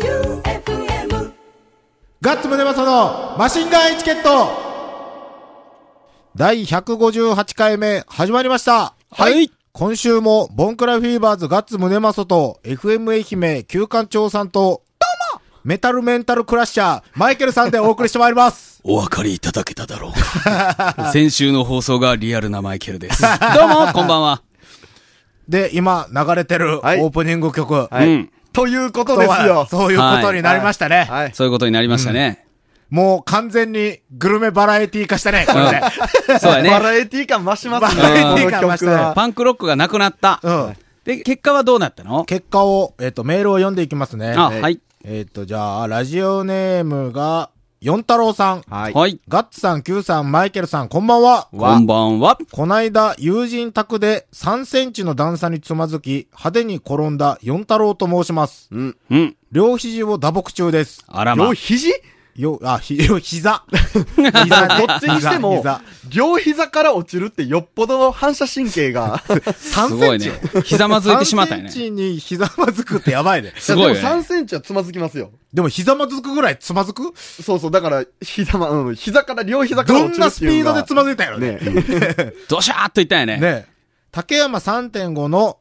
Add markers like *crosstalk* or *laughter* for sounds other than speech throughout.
J-O-E-U-F-M ガッツムネマソのマシンガンエチケット第158回目始まりましたはい今週もボンクラフィーバーズガッツムネマソと FM 愛媛旧館長さんとメタルメンタルクラッシャーマイケルさんでお送りしてまいりますお分かりいただけただろうか。先週の放送がリアルなマイケルです。どうも、こんばんは。で、今流れてるオはいープニング曲、はい。うんということとですはよ。そういうことになりましたね。はい。そういうことになりましたね。もう完全にグルメバラエティ化したね、こうん *laughs* れね。そうやバね。ラエティー感増しますね。バラエティー感増したねこの曲はパンクロックがなくなった。うん。で、結果はどうなったの結果を、えっ、と、メールを読んでいきますね。あ、はい。えっ、と、じゃあ、ラジオネームが、四太郎さん。はい。はい。ガッツさん、Q さん、マイケルさん、こんばんは。こんばんは。こないだ、友人宅で3センチの段差につまずき、派手に転んだ四太郎と申します。うん。両肘を打撲中です。あらま両。肘よ、あ、ひ、 *laughs* よ、膝。膝ね *laughs* どっちにしても膝、両膝から落ちるってよっぽどの反射神経 *laughs* が。膝す3ごセいンチねよ。。ひざまずいてしまったよ3ね。センチにひざまずくってやばいね。すごいでも3ね。センチはつまずきますよ。でもひざまずくぐらいつまずくそうそう、だから、膝ま、うん、膝から、両膝からど落んちるなっスてピーいうのドが。でつまずいたよね。ね。ドシャーっといったよね。ね竹山3.5の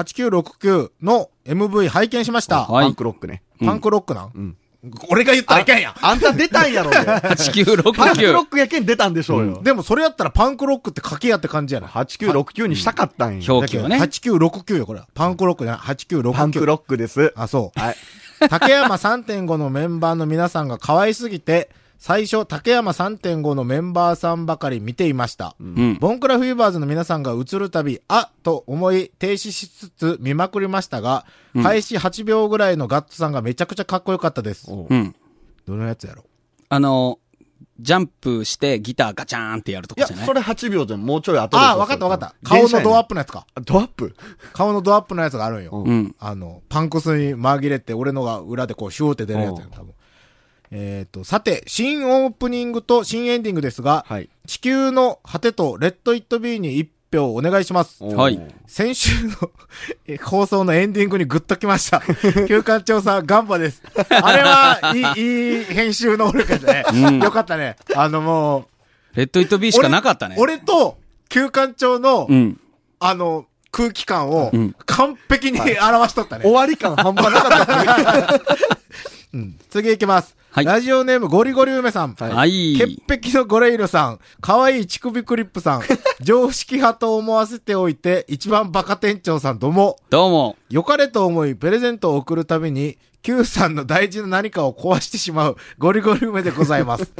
8969の MV 拝見しました。はいパンクロックね。パンクロックなん、俺が言ったらいけんやん。あんた出たんやろうよ。 *laughs* パンクロ8969ッ。クやけん出たんでしょうよ。でもそれやったらパンクロックって書けやって感じやな。 8969にしたかったんや。表記をね。 8969よ、これ。パンクロックじゃない。8969。パンクロックです。あ、そう。竹山3.5のメンバーの皆さんが可愛すぎて、最初、竹山3.5のメンバーさんばかり見ていました。うん。ボンクラフィーバーズの皆さんが映るたび、あと思い停止しつつ見まくりましたが、開始8秒ぐらいのガッツさんがめちゃくちゃかっこよかったです。うん。どのやつやろあの、ジャンプしてギターガチャーンってやるといこや、じゃないそれ8秒じゃん。もうちょい後でしょ。ああ、わかったわかった。顔のドアップのやつか。プ。ドアップ顔のドアップのやつがあるんよ。うん。あの、パンクスに紛れて、俺のが裏でこう、シューって出るやつやん、多分。えっ、と、さて、新オープニングと新エンディングですが、はい。地球の果てとレッド・イット・ビーに1票お願いします。はい先週の *laughs* え放送のエンディングにグッときました。 *laughs* 休館長さん、ガンバです。あれは、いい、いい編集の俺かね。よかったね。あのもう、レッド・イット・ビーしかなかったね。俺俺と休館長の、うん。あの、空気感をん完璧に表しとったね。終わり感半端なかった。次行きます。はいラジオネームゴリゴリ梅さん。はいはい。潔癖のゴレイルさん、可愛い乳首クリップさん、常識派と思わせておいて、一番バカ店長さんどうも、どうも。良かれと思いプレゼントを送るために、Q さんの大事な何かを壊してしまうゴリゴリ梅でございます。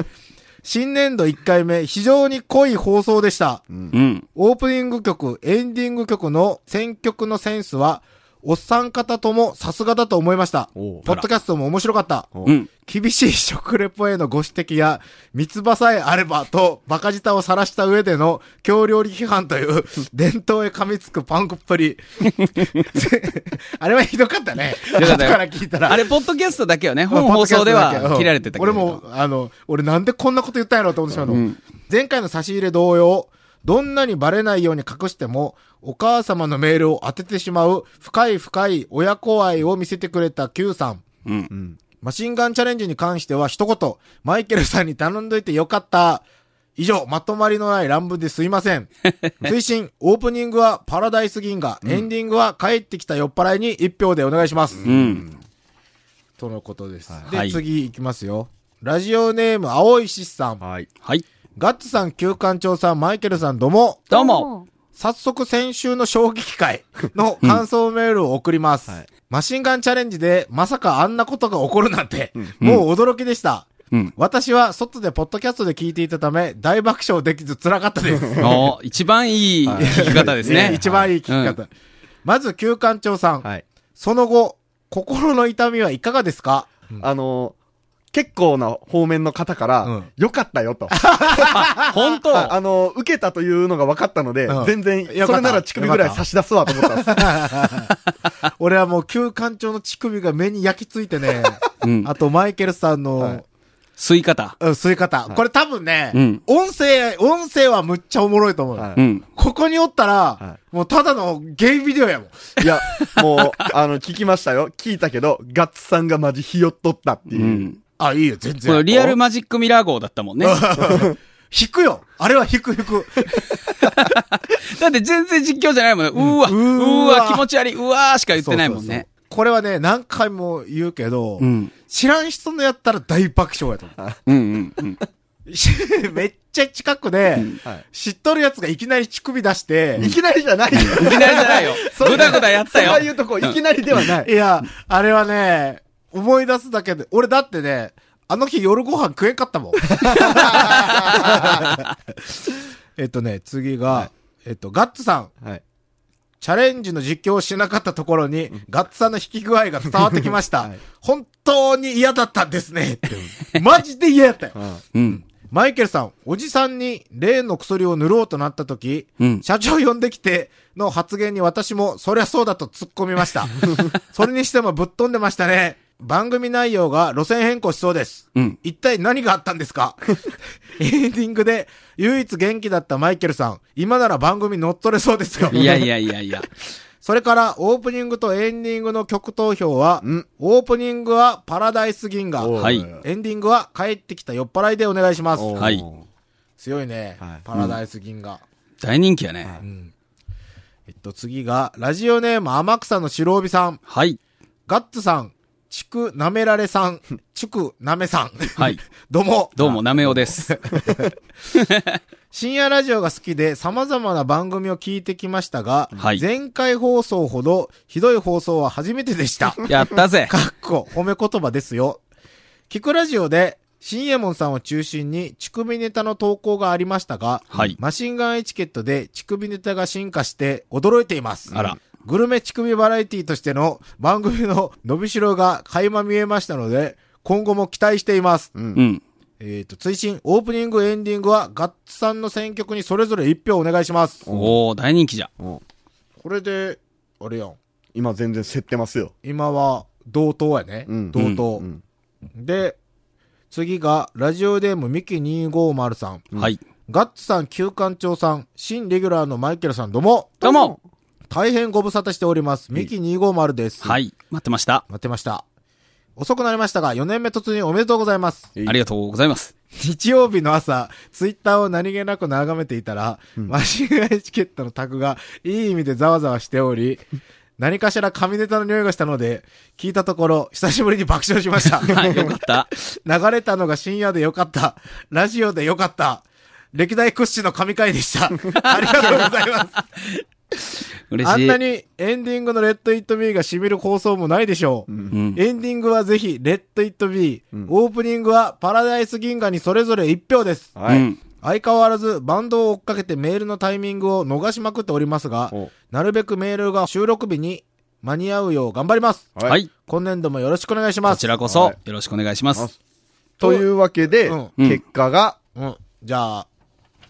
新年度1回目、非常に濃い放送でした。うん。オープニング曲、エンディング曲の選曲のセンスは、おっさん方ともさすがだと思いました。おうポッドキャストも面白かった。うん。厳しい食レポへのご指摘や、三つ葉さえあればと、バカ舌を晒した上での、京料理批判と *laughs* いう、伝統へ噛みつくパンクっぷり。 *laughs* あれはひどかったね。ひどか後ったよから聞いたら。あれ、ポッドキャストだけよね。まあ本放送でポッドキャストだけはうん切られてたけど。俺も、あの、俺なんでこんなこと言ったんやろうと思ってしまうの。前回の差し入れ同様、どんなにバレないように隠しても、お母様のメールを当ててしまう、深い深い親子愛を見せてくれた Q さん。うんマシンガンチャレンジに関しては一言、マイケルさんに頼んどいてよかった。以上、まとまりのない乱文ですいま *laughs* せん。推進、オープニングはパラダイス銀河、エンディングは帰ってきた酔っ払いに一票でお願いします。うん。とのことです。はで、い次いきますよ。ラジオネーム、青石さん。はい。はい。ガッツさん、旧館長さん、マイケルさん、どうも。どうも。早速、先週の衝撃会 *laughs* の感想メールを送ります。はいマシンガンチャレンジで、まさかあんなことが起こるなんて、もう驚きでした。うん私は外でポッドキャストで聞いていたため、大爆笑できず辛かったです。お一番いい聞き方ですねね。 *laughs* 一番いい聞き方。まず、旧館長さん、はい。その後、心の痛みはいかがですか *laughs* あのー、結構な方面の方かうらん、良かったよと。 *laughs* 本当 *laughs* ああのー、受けたというのが分かったのでうん、全然、そよかったれなら乳首ぐらい差し出すわと思ったんです。俺はもう旧館長の乳首が目に焼き付いてね、うんあとマイケルさんの、はい吸い方。うん、吸い方。これ多分ね、うん。音声、音声はむっちゃおもろいと思う。はいうん。ここにおったら、はもうただのゲイビデオやもん。いや、もう、あの、聞きましたよ。聞いたけど、ガッツさんがマジひよっとったっていうう。ん。あ、いいよ、全この然。リアルマジックミラー *laughs* 号だったもんね。引くよ。あれは引く引く。だって全然実況じゃないもんね。うーわ、ううんーうーわ、わ気持ち悪い、うわーしか *laughs* 言ってないもんそうそうね。そうこれはね、何回も言うけど、うん。知らん人のやったら大爆笑やと思うんうんうん。 *laughs* う。めっちゃ近くで、はい知っとるやつがいきなり乳首出して、いきなりじゃないよ。いきなりじゃ *laughs* ないよ。ぐだぐだやったよそう。いうとこ、いきなりではない。いや、あれはね、思い出すだけで、俺だってね、あの日夜ご飯食えんかった *laughs* もん。 *laughs* えっとね、次が、えっと、ガッツさん、はい。チャレンジの実況をしなかったところに、ガッツさんの引き具合が伝わってきま *laughs* した。本当に嫌だったんですね。って *laughs* マジで嫌やったよ。うん。マイケルさん、おじさんに例の薬を塗ろうとなった時、うん社長呼んできての発言に私も、そりゃそうだと突っ込みま *laughs* した。それにしてもぶっ飛んでましたね。番組内容が路線変更しそうです。うん一体何があったんです *laughs* かエンディングで唯一元気だったマイケルさん、今なら番組乗っ取れそうですよ。いやいやいやいや。それから、オープニングとエンディングの曲投票は、オープニングはパラダイス銀河。はいエンディングは帰ってきた酔っ払いでお願いします。おーはい強いね、はいパラダイス銀河。大人気やね。えっと、次が、ラジオネーム天草の白帯さん、はい。ガッツさん、チクなめられさ *laughs* ん、チクなめさん。はい。どうも。どうも、なめおです。深夜ラジオが好きで様々な番組を聞いてきましたが、はい前回放送ほどひどい放送は初めてでした。やったぜ。 *laughs* かっこ、褒め言葉ですよ。聞くラジオで、新右衛門さんを中心に、乳首ネタの投稿がありましたが、はいマシンガンエチケットで乳首ネタが進化して驚いています。あらグルメ乳首バラエティとしての番組の伸びしろが垣間見えましたので、今後も期待しています。うん。えっ、と、追伸、オープニング、エンディングは、ガッツさんの選曲にそれぞれ1票お願いします。おー、大人気じゃ。うんこれで、あれやん。今全然競ってますよ。今は、同等やね。うん同等。うんで、次が、ラジオデームミキ250さん。はい。ガッツさん、旧館長さん、新レギュラーのマイケルさん、どうも。どうも。大変ご無沙汰しております。ミキ250です。はい。待ってました。待ってました。遅くなりましたが、4年目突入おめでとうございます。いありがとうござい *laughs* ます。日曜日の朝、ツイッターを何気なく眺めていたら、マシンガンエチケットのタグがいい意味でざわざわしてお *laughs* り、何かしら紙ネタの匂いがしたので、聞いたところ、久しぶりに爆笑しました。 *laughs* はい、よかった。流れたのが深夜でよかった。ラジオでよかった。歴代屈指の神回で *laughs* した。ありがとうございます。嬉しい。あんなにエンディングのレッド・イット・ビーが染みる放送もないでしょう。うん。エンディングはぜひ、レッド・イット・ビー、オープニングはパラダイス銀河にそれぞれ1票です。はうい。ん相変わらずバンドを追っかけてメールのタイミングを逃しまくっておりますがお、なるべくメールが収録日に間に合うよう頑張ります。はいはい。今年度もよろしくお願いしまこす。ちらこそは、よろしくお願いします。というわけでうん、結果が、うん。じゃあ、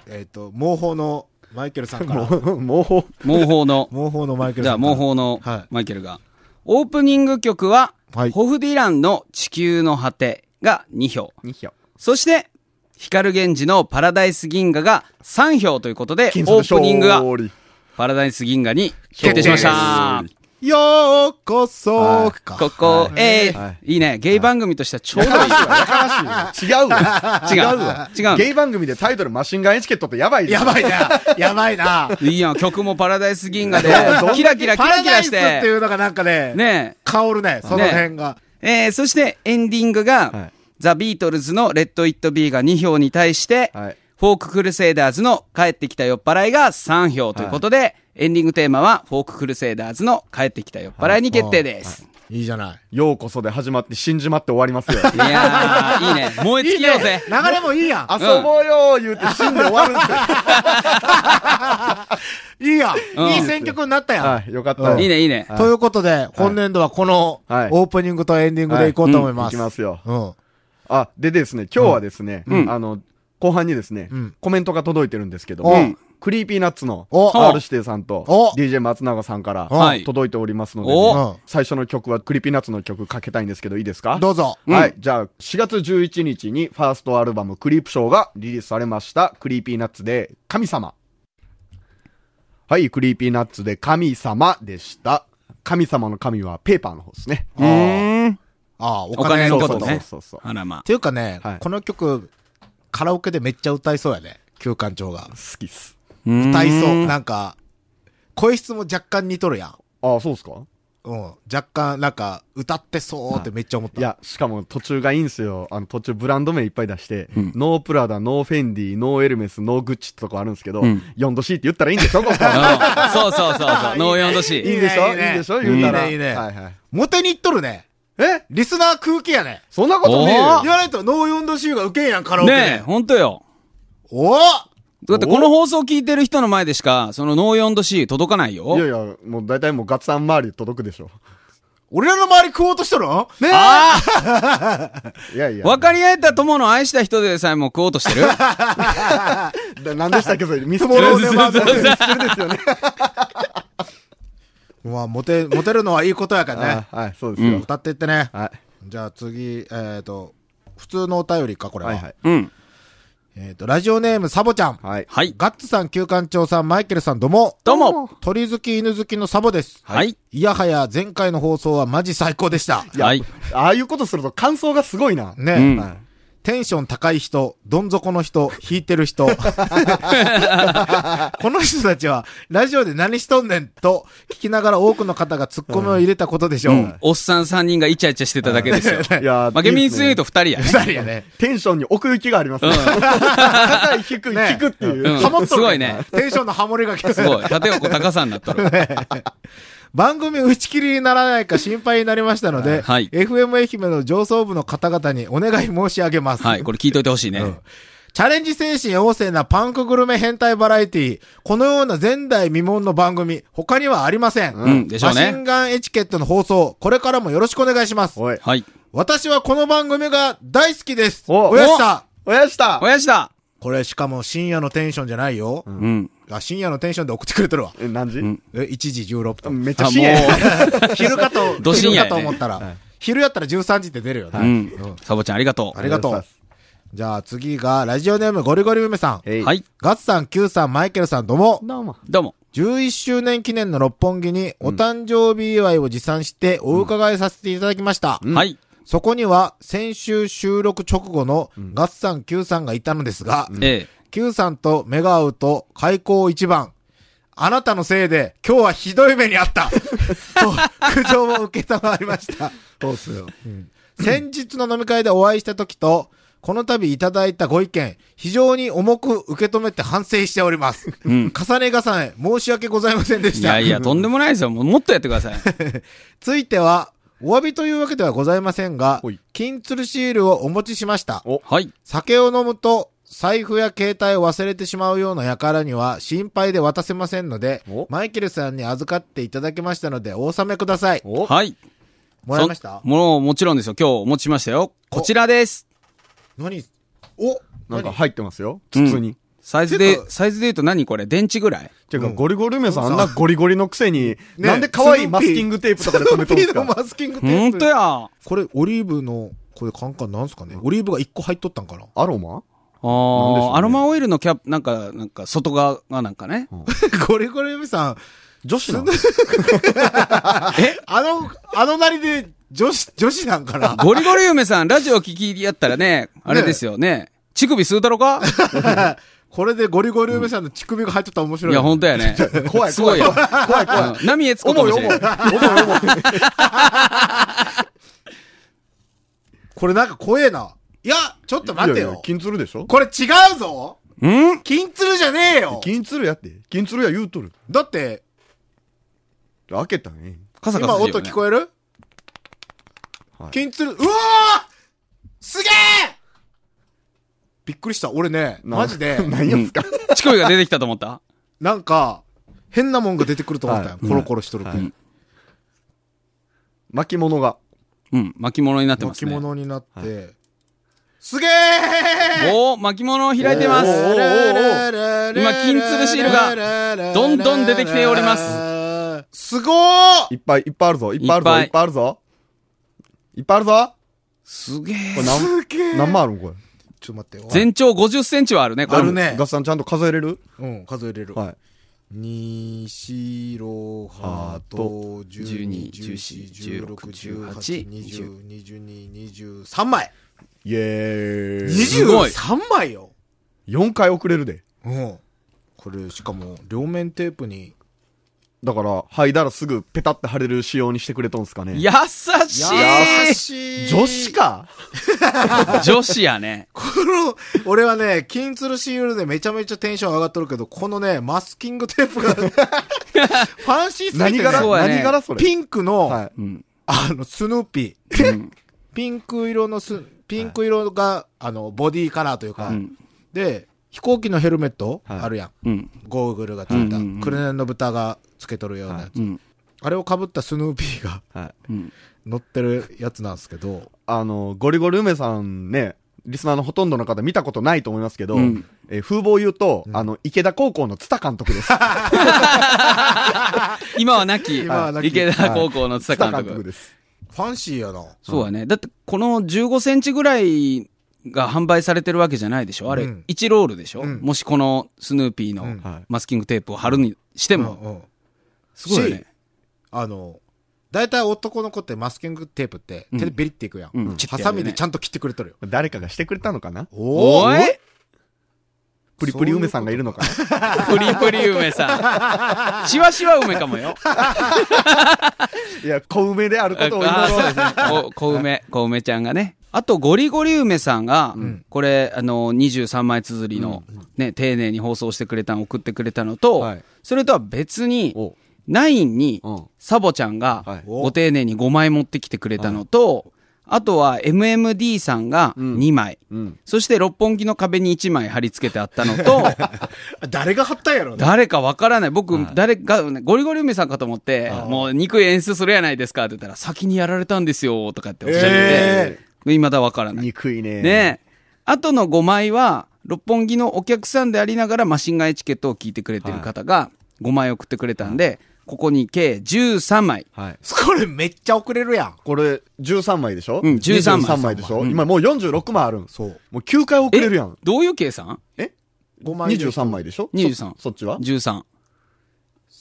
えっ、と、毛法のマイケルさんから。 *laughs* もう、も毛法の、毛法のマイケルじゃさあんから。毛法のはいマイケルが、オープニング曲は、はいホフディランの地球の果てが2票。う、2票。そして、光源氏のパラダイス銀河が3票ということで、オ僅差ープのニングが勝利パラダイス銀河に決定しました勝。ようこそはいか。ここ、えはー、いいね。ゲイ番組としてはちょうどいい。やかましいわ違う *laughs* わ。違う違うのゲイ番組でタイトルマシンガンエチケットってやばいやばいな。やばいな。いいやん、曲もパラダイス銀河でいやどんだ、けキラキラキパララキダライスしっていて、うのがなんかね、ね香るね、その辺が。えー、そしてエンディングが、はいザ・ビートルズのレッド・イット・ビーが2票に対して、はいフォーク・クルセイダーズの帰ってきた酔っ払いが3票ということで、エンディングテーマはフォーク・クルセイダーズの帰ってきた酔っ払いに決定です。いいじゃない。ようこそで始まって、信じまって終わり *laughs* ますよ。いやー、いいね。燃えいい尽きねようぜ。流れもいいやん。遊ぼうよー言うて死んで終わるんですよ。いいやうんん。いい選曲になったやん。 *laughs* はい、よかったうんよ。いいね、いいね。ということで、今年度はこの、オはいープニングとエンディングでいこうと思いいます。きますよ。うん。あ、でですね、今日はですね、あの、後半にですねん、コメントが届いてるんですけどおも、クリーピーナッツのお R 指定さんとお DJ 松永さんからはい届いておりますのでおね、最初の曲はクリーピーナッツの曲かけたいんですけどいいですかどうぞ。はい。じゃあ、4月11日にファーストアルバム、クリープショーがリリースされました、クリーピーナッツで、神様。はい、クリーピーナッツで、神様でした。神様の神はペーパーの方ですね。あーあー、おお金金ののここととね。ね。そうそうそうあらまっ。ていうかね、はいこの曲、カラオケでめっちゃ歌いそうやね。旧館長が。好きっす。歌いそうう。んなんか、声質も若干似とるやん。ああ、そうっすかうん。若干、なんか、歌ってそうってめっちゃ思った。いや、しかも途中がいいんすよ。あの、途中ブランド名いっぱい出して、ノープラダ、ノーフェンディ、ノーエルメス、ノーグッチってとこあるんですけど、うん 4°C って言ったらいいんでしょここいうんそうそうそうそう。ノーヨンドシいでしょいいいいねでしょ言うたら。いいねいいねはいはい。モテにいっとるね。えリスナー空気やね。そんなことねえよおー言わないと、ノーヨンドシューが受けんやん、カラオケで。ねえ、ほんとよ。おおだってこの放送聞いてる人の前でしか、そのノーヨンドシ届かないよ。いやいや、もう大体もうガッツさん周りで届くでしょ。俺らの周り食おうとしとるのねあいやいや。あ分かり合えた友の愛した人でさえも食おうとしてるな何でしたっけそれ、ミストモローネバーミランドスするですよね。まあ、モテ、モテるのはいいことやからねあ。はい、そうですよ。歌っていってね。はい。じゃあ次、えっ、と、普通のお便りか、これは。はいはい。うん。えっ、と、ラジオネーム、サボちゃん。はい。はい。ガッツさん、旧館長さん、マイケルさん、どうも。どうも。鳥好き、犬好きのサボです。はい。いやはや、前回の放送はマジ最高でした。はい。ああいうことすると感想がすごいな。ね、うんはいテンション高い人、どん底の人、弾いてる *laughs* 人。この人たちは、ラジオで何しとんねんと、聞きながら多くの方がツッコミを入れたことでしょう。おっさん3人がイチャイチャしてただけですよ。いやーまあ、厳密に言うと2人やね。二人やね。テンションに奥行きがありますね。高い、低い、ね低くっていう。うんハモっとるすごいね。テンションのハモリが来すごい。縦横高さになっとる。番組打ち切りにならないか心配になりましたので、はい FM 愛媛の上層部の方々にお願い申し上げます。はい。これ聞いといてほしいね。チャレンジ精神旺盛なパンクグルメ変態バラエティー。このような前代未聞の番組、他にはありません。うんでしょうねマシンガンエチケットの放送、これからもよろしくお願いします。おい。はい。私はこの番組が大好きです。おおやっさおやしたおやじだこれしかも深夜のテンションじゃないよ。うん。あ、深夜のテンションで送ってくれてるわ。え、何時んえ、1時16分。 *laughs* めっちゃあ、深も夜や。昼かと、ど深昼夜やかねと思ったら、昼やったら13時って出るよね。 *laughs* う。うん。サボちゃんありがとありがとありがとうございうます。じゃあ次が、ラジオネームゴリゴリ梅さん。えう。はい。ガッツさん、Q さん、マイケルさん、どうも。どうも。どうも。 11周年記念の六本木にお誕生日祝いを持参してお伺いさせていただきました。はい。そこには先週収録直後のガッサン Q さんがいたのですが、え Q さんと目が合うと開口一番。あなたのせいで今日はひどい目にあったと *laughs* 苦情を受けたまわりました。そうっすよ。先日の飲み会でお会いした時と、この度いただいたご意見、非常に重く受け止めて反省しております。ん重ね重ね、申し訳ございませんでえ。しいた。やいや、とんでもないですよ。もうもっとやってください。ついては、お詫びというわけではございませんがほい、金鶴シールをお持ちしました。はい。酒を飲むと、財布や携帯を忘れてしまうような輩には心配で渡せませんのでお、マイケルさんに預かっていただきましたので、お納めください。おはい。もらいましたそもう、もちろんですよ。今日お持ちしましたよ。こちらです。何おなんか何 *laughs* 入ってますよ。筒に。サイズてでか、サイズで言うと何これ電池ぐらいていうか、ゴリゴリ梅さんあんなゴリゴリのくせに、ねなんで可愛いマスキングテープとかで止めとるんでスすヌーピーのかマスキングテほーんプとや。あこれ、オリーブの、これカンカンなんすかねオリーブが1個入っとったんかなアロマなんでしーょうねアロマオイルのキャップ、なんか、なんか、外側がなんかね。 *laughs* これこれみさん、女子なのえあの、あのなりで女子、女子なんかなゴリゴリ梅さん、ラジオ聞きやったらね、あれですよね。乳首吸うたろかこれでゴリゴリ梅さんの乳首が入っとったら面白いね。いや、ほんとやね。怖いすごいよ。怖い怖い。うん波へつこうかもしれない。重い重い。これなんか怖えな。いや、ちょっと待ていやいやよ。金鶴でしょこれ違うぞん金鶴じゃねえよ金鶴やって。金鶴や言うとる。だって、開けたね。カサカサ今してるよ音ね聞こえるはい金鶴、うわーすげえびっくりした。俺ね、 *laughs* なマジで、何やつか。乳首が出てきたと思ったなんか、変なもんが出てくると思ったよ。はいコロコロしとるけんはい巻物が。うん、巻物になってます巻ね。物になって、すげえおお巻物を開いてます。おー今金吊るシールがどんどん出てきておりますすごーいっぱいいっぱいあるぞ。いっぱいあるぞ。いっぱいいっぱいあるぞ。いっぱいあるぞ。すげえ。これ何何枚あるんこちれ。ょっと待って。全長50センチはあるね、こあれ。るねガスさんちゃんと数えれるうん、数えれる。はい。 2、4、6、8、12、14、16、18、20、22、23枚イエーイ。すごい !23 枚よ4回遅れるで。うん。これ、しかも、両面テープに、だから、剥いだらすぐペタって貼れる仕様にしてくれとんすかね。優し優いしい女子か女子やね。この、俺はね、金吊るシールでめちゃめちゃテンション上がっとるけど、このね、マスキングテー *laughs* プが、ファンシーすぎて、何ね、柄そうやね何柄それピンクの、はうん。あの、スヌーピー。ピンク色のス、ピンク色が、あの、ボディカラーというか、うん。で、飛行機のヘルメット、はいあるやん。うん。ゴーグルがついた。うんうんうんクレネンの豚がつけとるようなやつ。うん。あれを被ったスヌーピーが *laughs* い。はい。うん。乗ってるやつなんですけど、あの、ゴリゴリ梅さんね、リスナーのほとんどの方見たことないと思いますけど、うんえー風貌を言うと、あの、池田高校の津田監督です。今はなき、今はなき池田高校の津津田田監監督督。です。ファンシーやな。そうやね。だって、この15センチぐらいが販売されてるわけじゃないでしょあれ、うん1ロールでしょ、うんもしこのスヌーピーうんのはいマスキングテープを貼るにしてうも、んうん。すごいよね。あの、大体男の子ってマスキングテープって手でビリっていくやん。うんうんハサミでちゃんと切ってくれとるよ。誰かがしてくれたのかなおおいプリプリ梅さんがいるのかなプリプリ梅さ *laughs* ん。しわしわ梅かもよ。いや、小梅であることを祈ろうですね。あそうこ小梅、小梅ちゃんがね。あと、ゴリゴリ梅さんが、これ、あの、23枚綴りの、ね、丁寧に放送してくれたの、送ってくれたのと、はいそれとは別にお、ナインにうん、サボちゃんはがい、ご丁寧に5枚持ってきてくれたのと、あとは MMD さんが2枚、うん。そして六本木の壁に1枚貼り付けてあったの *laughs* と、誰が貼ったんやろうな。誰かわからない。僕、誰が、ゴリゴリ梅さんかと思って、もう憎い演出するやないですかって言ったら、先にやられたんですよ、とかっておっしゃってえて、未だわからない。憎いね。ねえ。後の5枚は、六本木のお客さんでありながらマシンガンエチケットを聞いてくれてる方が5枚送ってくれたんで、ここに計13枚。はい。これめっちゃ遅れるやん。これ、13枚でしょうん13枚23枚でしょ、今もう46枚あるん。そう。もう9回遅えれるやん。どういう計算え5枚で ?23 枚でしょ23そそっちは ?13。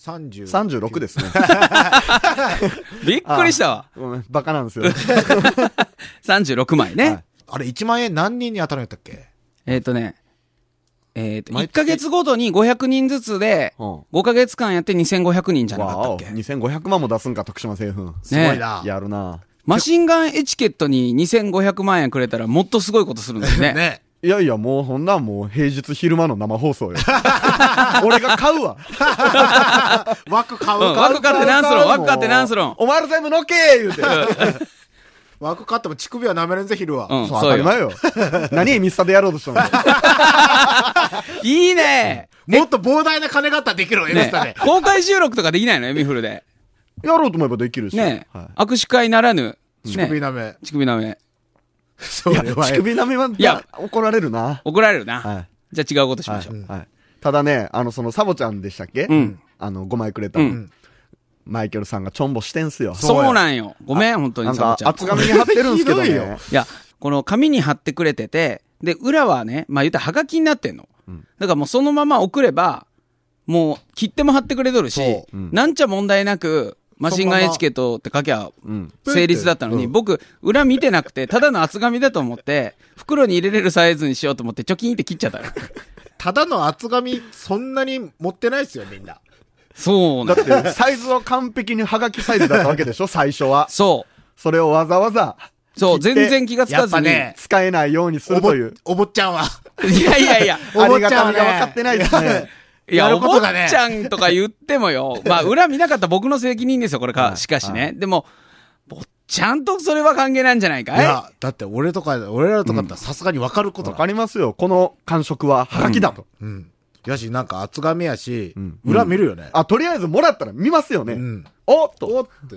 30。 ?36 ですね。びっくりしたわ。ごめん、バカなんですよ。 36枚ね。はいあれ1万円何人に当たるんやったっけえっ、とね、えっ、と、毎1月ヶ月ごとに500人ずつで、うん5ヶ月間やって2500人じゃなかったわっお、け2500万も出すんか、徳島製粉。すごいな。やるな。マシンガンエチケットに2500万円くれたらもっとすごいことするんですね。ね。いやいや、もうそんなんもう平日昼間の生放送よ。 *laughs* 俺が買うわ。枠買ううん、か枠買ってなんすろん、買う枠買ってなんすろん。お前ら全部のけ言うて。枠買っても乳首は舐めれんぜ、昼は。うん、そう当たそうりよ。前よ。何ミスタでやろうとしたのいいねもっと膨大な金があったらできるよ、エムスねタで。公開収録とかできないのエミフル *laughs* で。やろうと思えばできるし。ねは握手会ならぬ。乳首ね舐め。乳首なめ。そいれや、は乳首舐めは、いやや、怒られるな。怒られるは。ないじゃあ違うことしはましょう。い。はいただね、あの、その、サボちゃんでしたっけんあの、5枚くれたうのん。マイケルさんがちょんぼしてんすよ。そうなんよ。ごめん、本当なにんサボかち、ゃん。厚紙に貼ってるんすけど *laughs* ひどいねよ。いや、この紙に貼ってくれてて、で、裏はね、まあ言ったらはがきになってんの。だからもうそのまま送れば、もう切っても貼ってくれとるしそ、なんちゃ問題なく、マシンガンエチケットって書きゃん、成立だったのに、僕、裏見てなくて、ただの厚紙だと思って、袋に入れれるサイズにしようと思って、チョキンって切っちゃったの。ただの厚紙、そんなに持ってないっすよ、みんな。 *laughs* そうだなの。って、サイズは完璧にハガキサイズだったわけでしょ、最初は。そそれをわざわざう。そう、切っ全て然気がつかずに。やっ使えないようにすおるぼという。、お坊ちゃんは。いやいやいや。お *laughs* あ坊りちゃがんはねたみが分かってないですね。いやや、るお坊ことちがねゃんとか言って *laughs* もよ。まあ、裏見なかった僕の責任ですよ、これか。しかしね。でも、坊ちゃんとそれは関係ないんじゃないいかいや、だって俺とか、俺らとかだったらさすがにわかることわだ。かりますよ。この感触はハガキだと。うん。やし、なんか厚紙やしん、裏見るよね。あ、とりあえずもらったら見ますよね。んおっおと。って。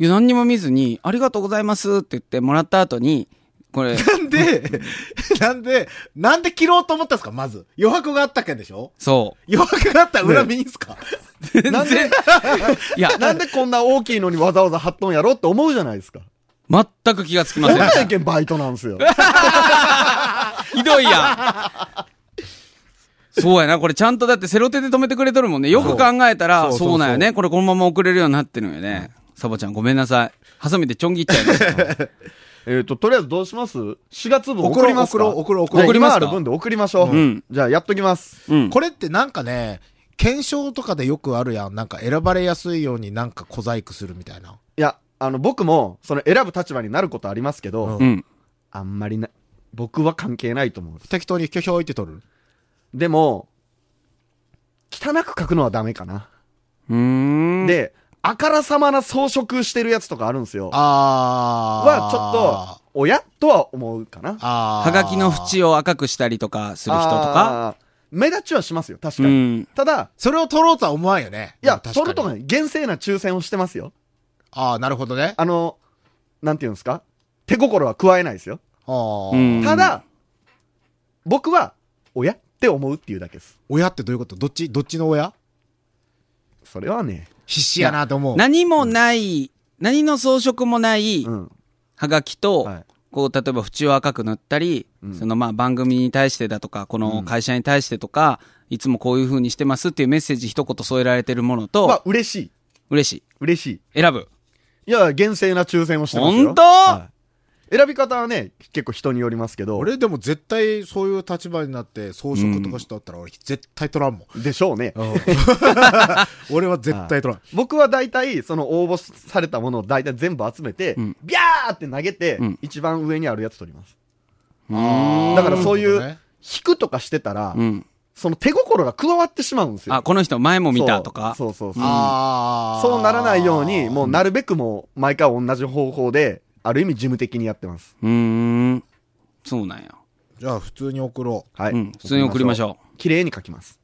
いや、何にも見ずに、ありがとうございますって言ってもらった後に、こ *laughs* これ、なんで、なんで、なんで切ろうと思ったんですか、まず。余白があったけでしょそ余白があったら恨みいいんすか、う。なんで、いや、なんでこんな大きいのにわざわざ貼っとんやろって思うじゃないですか。全く気がつきませ俺んでやしけんバイトなんですよ。た。ひどいやん。そうやな、これちゃんとだってセロテで止めてくれとるもんね。よく考えたら、そうそうそうなんよね。これこのまま送れるようになってるんよね。サボちゃんごめんなさい。ハサミでちょん切っちゃいま *laughs* した。えっと、とりあえずどうします ?4 月分送りますか送ろう送ろう送ろう送りますかじゃあ今ある分で送りましょう。うんじゃあ、やっときます。うん。これってなんかね、検証とかでよくあるやん。なんか選ばれやすいようになんか小細工するみたいな。いや、あの、僕も、その選ぶ立場になることありますけど、うんうん。あんまりな、僕は関係ないと思う。適当に巨票置いて取る。でも、汚く書くのはダメかな。うーん。で、あからさまな装飾してるやつとかあるんですよ。あー。は、ちょっと、おやとは思うかな。あはがきのを。縁を赤くしたりとかする人とか。あー目立ちはしますよ、確かうに。ん。ただ、それを取ろうとは思わんよね。いや、確取るとかかに。ね、厳正な抽選をしてますよ。あー、なるほどね。あの、なんていうんですか手心は加えないですよ。あー。うんただ、僕は、親って思うっていうだけです。親ってどういうことどっちどっちの親それはね、必死やなと思う。何もない、何の装飾もないうん。はがきと、はいこう、例えば縁を赤く塗ったり、うんそのまあ番組に対してだとか、この会社に対してとか、いつもこういう風にしてますっていうメッセージ一言添えられてるものまあと、、嬉しい。嬉し嬉しい。選ぶ。い。いや、厳正な抽選をしてますよ。本当はい選び方はね、結構人によりますけど、俺でも絶対そういう立場になって装飾とかしてあったら俺絶対取らんもん。でしょうね。 *laughs* 俺は絶対取らん。僕は大体、その応募されたものを大体全部集めて、うんビャーって投げて、うん一番上にあるやつ取ります。うんだからそういなるほどうね、引くとかしてたら、うん。その手心が加わってしまうんですよ。あ、この人前も見たとか。そうそうそうそう。あーそうならないように、もうなるべくもう毎回同じ方法で、ある意味事務的にやってます。うーん。そうなんや。じゃあ普通に送ろう。はい。うん。普通に送りましょう。う。綺麗に書きます。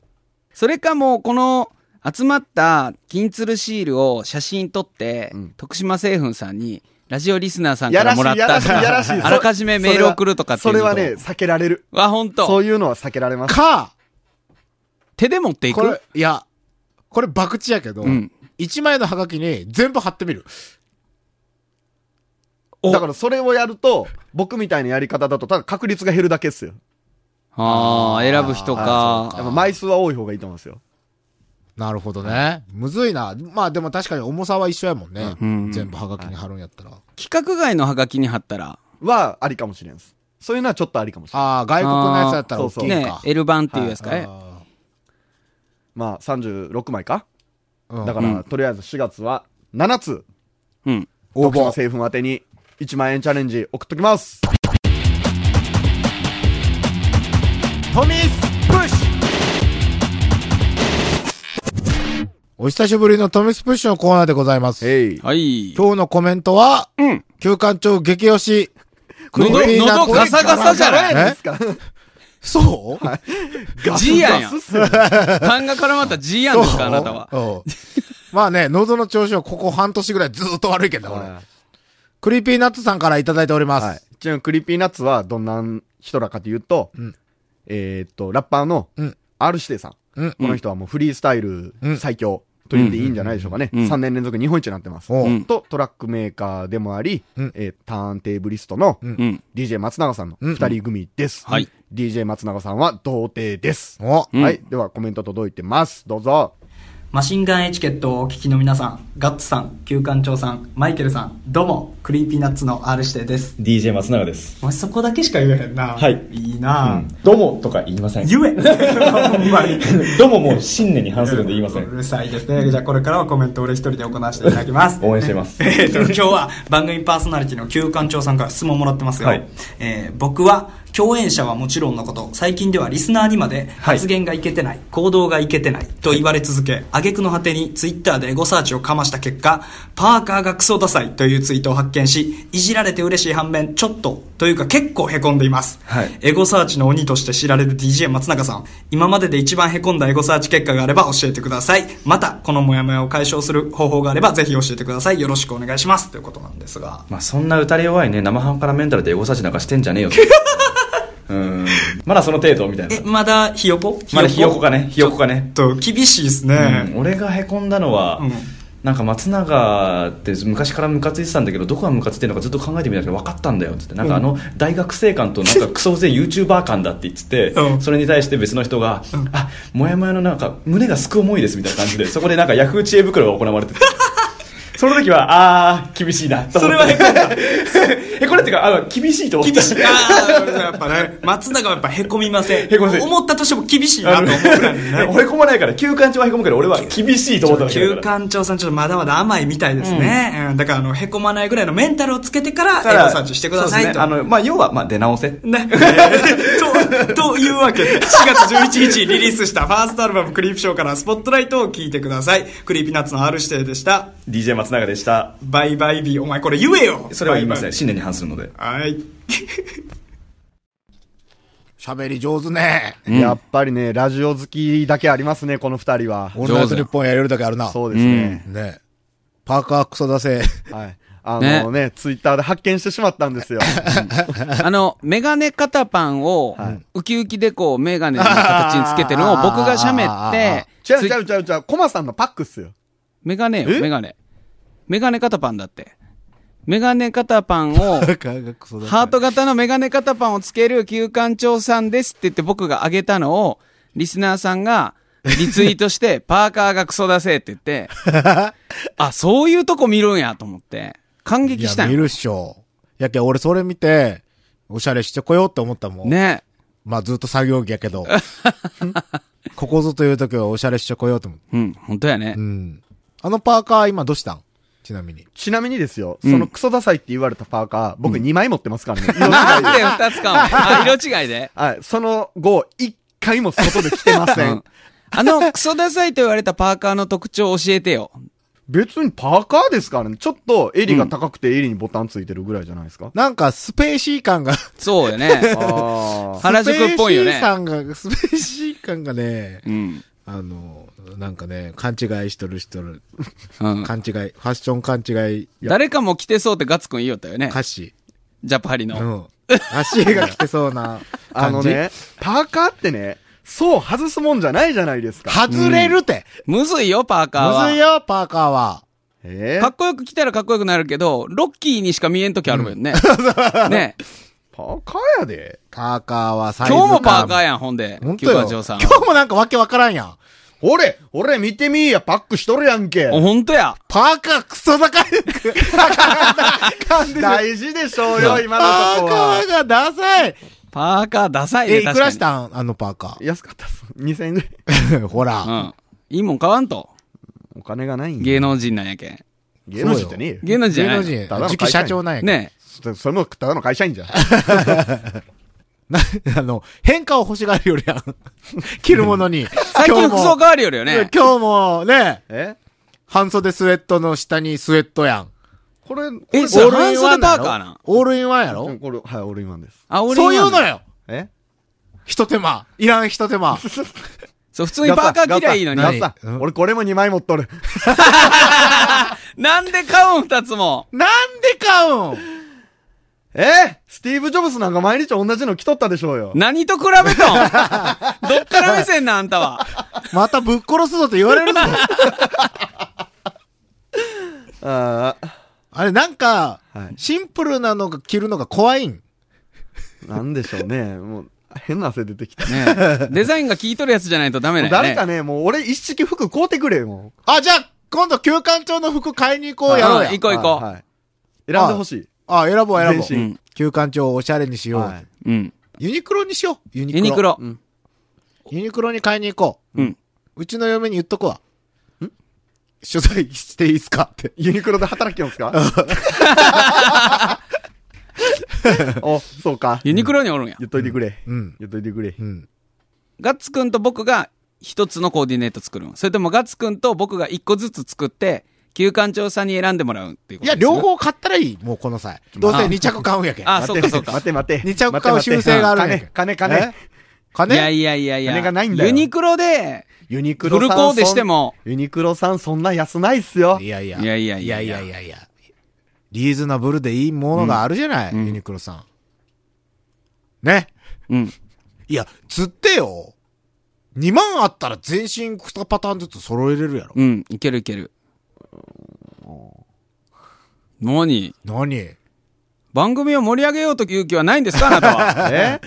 それかもうこの集まった金鶴シールを写真撮って、うん徳島製粉さんにラジオリスナーさんかやららしもらっい、やらたしい、やらしい。 *laughs* あらかじめメール送るとかっていうそれのとはね、避けられる。わ本当そういうのは避けられます。か、手で持っていこくれ、いや、これ博打やけどうん、一枚のハガキに全部貼ってみる。おだからそれをやると、僕みたいなやり方だと、ただ確率が減るだけですよ。ああ選ぶ人あーやかっぱ枚数は多い方がいいと思いますよ。なるほどね。むずいな。まあでも確かに重さは一緒やもんねうん。全部ハガキに貼るんやったら。企画外のハガキに貼ったらは、ありかもしれんす。そういうのはちょっとありかもしれん。ああ、外国のやつだったらあ大ーきいねか。 L 版っていうやつかねあまあ、36枚か。ーうんだから、とりあえず4月は7つ、うん応僕の募。製粉宛てに1万円チャレンジ送っときます。トミースプッシュお久しぶりのトミスプッシュのコーナーでございます。へい。はい今日のコメントは、うん休館長激推し。喉クリーナー喉ガサガサじゃないえですか。 *laughs* そうガス G やんやガスっすよ痰が絡まった G やんですかあなたはうんまあね、喉の調子はここ半年ぐらいずっと悪いけど、俺。クリーピーナッツさんからいただいております。はい。ちなみに、クリーピーナッツはどんな人らかというと、んえーっと、ラッパーのうん、 R 指定さん。うんこの人はもうフリースタイル最強と言っていいんじゃないでしょうかね。うんうん3年連続日本一になってます。おううんと、トラックメーカーでもあり、うんえーターンテーブリストのうんうん DJ 松永さんのうん2人組です。はい DJ 松永さんは童貞です。お、うんはい。では、コメント届いてます。どうぞ。マシンガンエチケットをお聞きの皆さん、ガッツさん、旧館長さん、マイケルさん、どうも、クリーピーナッツの R 指定です。 DJ 松永です。お前そこだけしか言えへんな。はいいいな、どうもとか言いません。言え *laughs* ほんまに。 *laughs* どうももう信念に反するんで言いませうんる。さいですね。じゃあこれからはコメント俺一人で行わせていただきます。応援してますえっと、今日は番組パーソナリティの旧館長さんから質問もらってますよ。はいえー僕は共演者はもちろんのこと、最近ではリスナーにまで発言がいけてない、行動がいけてないと言われ続け、挙句の果てにツイッターでエゴサーチをかました結果、パーカーがクソダサいというツイートを発見し、いじられて嬉しい反面、ちょっとというか結構凹んでいます。はいエゴサーチの鬼として知られる DJ 松永さん、今までで一番凹んだエゴサーチ結果があれば教えてください。また、このモヤモヤを解消する方法があればぜひ教えてください。よろしくお願いします。ということなんですが。 *laughs* まあそんな打たれ弱いね、生半可なメンタルでエゴサーチなんかしてんじゃねえよ *laughs* って。うん。まだその程度みたいなえ、。まだひよこまだひよこかね、ひよこかね。ちょっと厳しいですうんね。俺がへこんだのは、うんなんか松永って昔からムカついてたんだけどどこがムカついてるのかずっと考えてみたけど分かったんだよっつってなんかあの大学生感とな *laughs* んかクソぜ YouTuber 感だって言ってて、うんそれに対して別の人が、あもやもやのなんか胸がすく重いですみたいな感じでそこでなんかヤフー知恵袋が行わ *laughs* れててその時はああ厳しいなと思ってそれはへこんだ *laughs* へこんだっていうかあの厳しいと思った厳しい。ああ、やっぱね、松永はやっぱへこみません。へこみません思ったとしても厳しいな *laughs* とあの思う *laughs* ぐらいのね。へこまないから休館中はへこむけど俺は厳しいと思っただけだか旧ら館長さんちょっとまだまだ甘いみたいですね。うんだからあの、へこまないぐらいのメンタルをつけてから、エゴサーチしてくださいそうと。ですねあの、まあ、要は、まあ、出直せ。ね。 *laughs* と、というわけで、4月11日リリースしたファーストアルバムクリープショーからスポットライトを聞いてください。クリーピーナッツの R 指定でした。 DJ 松永でした。バイバイビー。お前これ言えよそれは言いません。バイ新年に反するので。バイはい。喋り上手ね。やっぱりね、ラジオ好きだけありますね、この二人は。俺のやつ日本やれるだけあるな。そうですね。ねパーカークソ出せ。はい。あのね、ツイッターで発見してしまったんですよ。あの、メガネ肩パンを、ウキウキでこう、メガネの形につけてるのを僕がしゃべって、違うつい違う違う違う、コマさんのパックっすよ。メガネよ、メガネ。メガネ肩パンだって。メガネ肩パン *laughs* を、カーがクソハート型のメガネ肩パンをつける旧館長さんですって言って僕があげたのを、リスナーさん *laughs* がリツイートして、パーカーがクソだせって言って、あ、そういうとこ見るんやと思って、感 *laughs* い激しや、たん見よるっしょ。やけん俺それ見て、おしゃれしてこようって思ったもん。ね。まあずっと作業着やけど。 *laughs* ここぞという時はおしゃれしてこようと思って。うん、本当やねう。ん。あのパーカー今どうしたんちなみに。ちなみにですよ、そのクソダサいって言われたパーカー、僕2枚持ってますからね。色違いでなんで二つ *laughs* かも。あ、色違いで。はい。その後、一回も外で着てまうせんん。。あの、クソダサいと言われたパーカーの特徴を教えてよ。別にパーカーですからね。ちょっと襟が高くて襟にボタンついてるぐらいじゃないですか。なんかスペーシー感が、そう *laughs* よね。あ *laughs* あ。原宿っぽいよスペーシーね。感が、スペーシー感がね、うん。あの、なんかね、勘違いしとる人る、うん。勘違い、ファッション勘違い、誰かも着てそうってガッツくん言いよったよね。歌詞。ジャパリうの。ん。足が来てそうな *laughs* *laughs* あ感のじ。ね、パーカーってね、そう外すもんじゃないじゃないですか。外れるって、むずいよ、パーカーは。むずいよ、パーカーは。えかっこよく着たらかっこよくなるけど、ロッキーにしか見えんときあるも *laughs* んね。ね。パーカーやで。パーカーはサイズ感今日もパーカーやん、ほんで。本キ当ューよ。バ嬢さ今ん。日もなんかわけわからんやん。俺、俺見てみーや、パックしとるやんけ。おほんとや。パーカークソ高い。 *laughs* 大事でしょうよ、今のパとこーカはー。がダサい。パーカーダサいえ、ね、い確くからにしたんあのパーカ安かったっす。2000円ぐらい。ー。 *laughs* ほら。うん。いいもん買わんと。お金がないんや芸能人なんやけん。芸能人ってねえよ。芸能人じゃ芸ない能の。人ただの、次期社長なんやけど。ね。そそれもただの会社員じゃん。な、 *laughs* あの、変化を欲しがるよりやん。 *laughs* 着るものに。最近服装か変わるよりよね。今日もね、え半袖スウェットの下にスウェットやん。これ、こえ、れ、それオールイン半ワ袖ンパだーろカーなん。オールインワンやろこれ、はい、オールインワンです。あ、俺そういうのよ。よ。えひと手間。いらんひと手間。そう、普通にパーカー着りゃいいのに。ガッサン何うん俺これも2枚持っとる。なんで買うん、二つも。なんで買うんえスティーブ・ジョブスなんか毎日同じの着とったでしょうよ。何と比べ *laughs* とんどっから目線なん、あんたは。またぶっ殺すぞって言われる *laughs* ぞ。ああ、あれなんかはい、シンプルなのが着るのが怖いん。なんでしょうね。もう、変な汗出てきた。ねデザインが効いとるやつじゃないとダメだよね。誰かね、もう俺一式服買うてくれよ、もう。あ、じゃあ、今度、休館長の服買いに行こうやろうやん。行こう行こう。はいはい選んでほしい。あ、選ぼう選ぼ全う。休館長をおしゃれにしよはううい。。ん。ユニクロにしよう。ユニクユロ。ニクロ。ユニクロに買いに行こう。うん。うちの嫁に言っとくわ。ん取材していいっすかって。ユニクロで働きよんすか *laughs* お、そうか。ユニクロにおるんや。言っといてくれ。うん。言っといてくれ。うん。ガッツくんと僕が一つのコーディネート作るんそれともガッツくんと僕が一個ずつ作って、休館長さんに選んでもらうっていうこいとや、ですね両。方買ったらいい、もうこの際。どうせ2着買うんやけん。あ、待そうてかそうか待。て待て。二着買う習性があるねん待て待て金、金、金。いや金いやいやいや。金がないんだよユニクロで、ユニクロさん。フルコーデしてもそん。ユニクロさんそんな安ないっすよい。やいや。いやいやいいややいいややいやいや。リーズナブルでいいものがあるじゃない、ユニクロさん。ね。うん。いや、つってよ。2万あったら全身2パターンずつ揃えれるやろ。うん、いけるいける。何何番組を盛り上げようという気はないんですかあなたは。え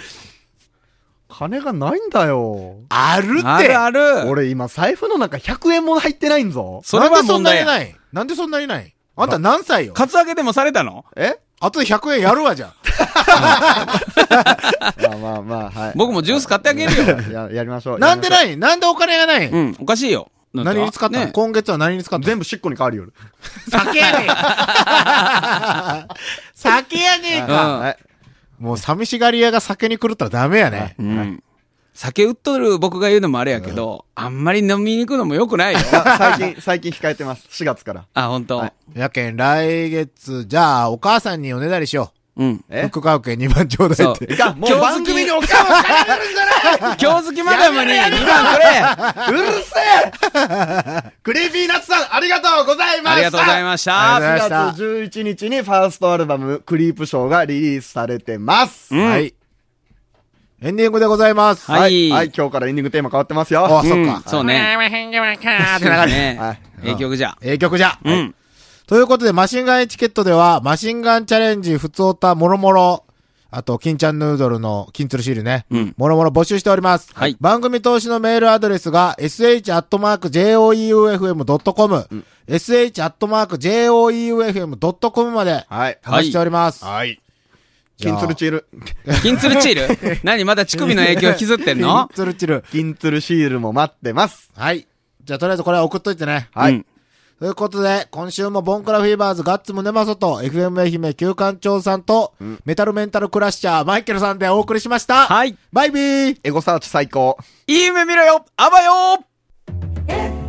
金がないんだよ。あるってあるある。俺今財布の中100円も入ってないんぞ。それなんはでそん問な題にや。ないなんでそんなにないあんた何歳よカツアゲでもされたのえあとで100円やるわ *laughs* じゃん。まあまあまあ、はい。僕もジュース買ってあげるよ。 *laughs* や、やりましょう。なんでいないなんでお金がない、うん、おかしいよ。何に使ったの、ね今月は何に使ったの全部しっこに変わるよ。酒やねん *laughs* 酒やねんうんかはい。もう寂しがり屋が酒に狂ったらダメやね。うん。酒売っとる僕が言うのもあれやけど、あんまり飲みに行くのも良くない *laughs* よ。最近、最近控えてます。4月から。あ、本当。やけん、来月、じゃあ、お母さんにおねだりしようん。う。え副科学2万ちょうだいっそて。ういかんもう番組にお金をかけるんじゃない今日好きマダムに2番くれうる *laughs* せえクリーピーナッツさん、ありがとうございまあしたりがとうございましありがとうございまた。 4月11日にファーストアルバム、クリープショーがリリースされてます。うんはい。エンディングでございます。はいはい、今日からエンディングテーマ変わってますよ。あ、はそっうんか。そうね。はねい。ええ曲じゃ。 *laughs* ええ曲じゃ。うん。ということで、マシンガンエチケットでは、マシンガンチャレンジ、ふつおた、もろもろ、あと、金ちゃんヌードルの金鶴シールね。うんもろもろ募集しております。はい番組投資のメールアドレスが、sh.joeufm.com、sh.joeufm.com まで、はい。話しております。はい。じゃあ金鶴チール。金鶴チール何まだ乳首の影響引きずってんの *laughs* 金鶴チル。金鶴シールも待ってます。はい。じゃあ、とりあえずこれは送っといてね。はい。うんということで、今週もボンクラフィーバーズガッツムネマソと、FM 愛媛旧館長さんと、メタルメンタルクラッシャーマイケルさんでお送りしました。はい。バイビーエゴサーチ最高。いい夢見ろよあばよ FM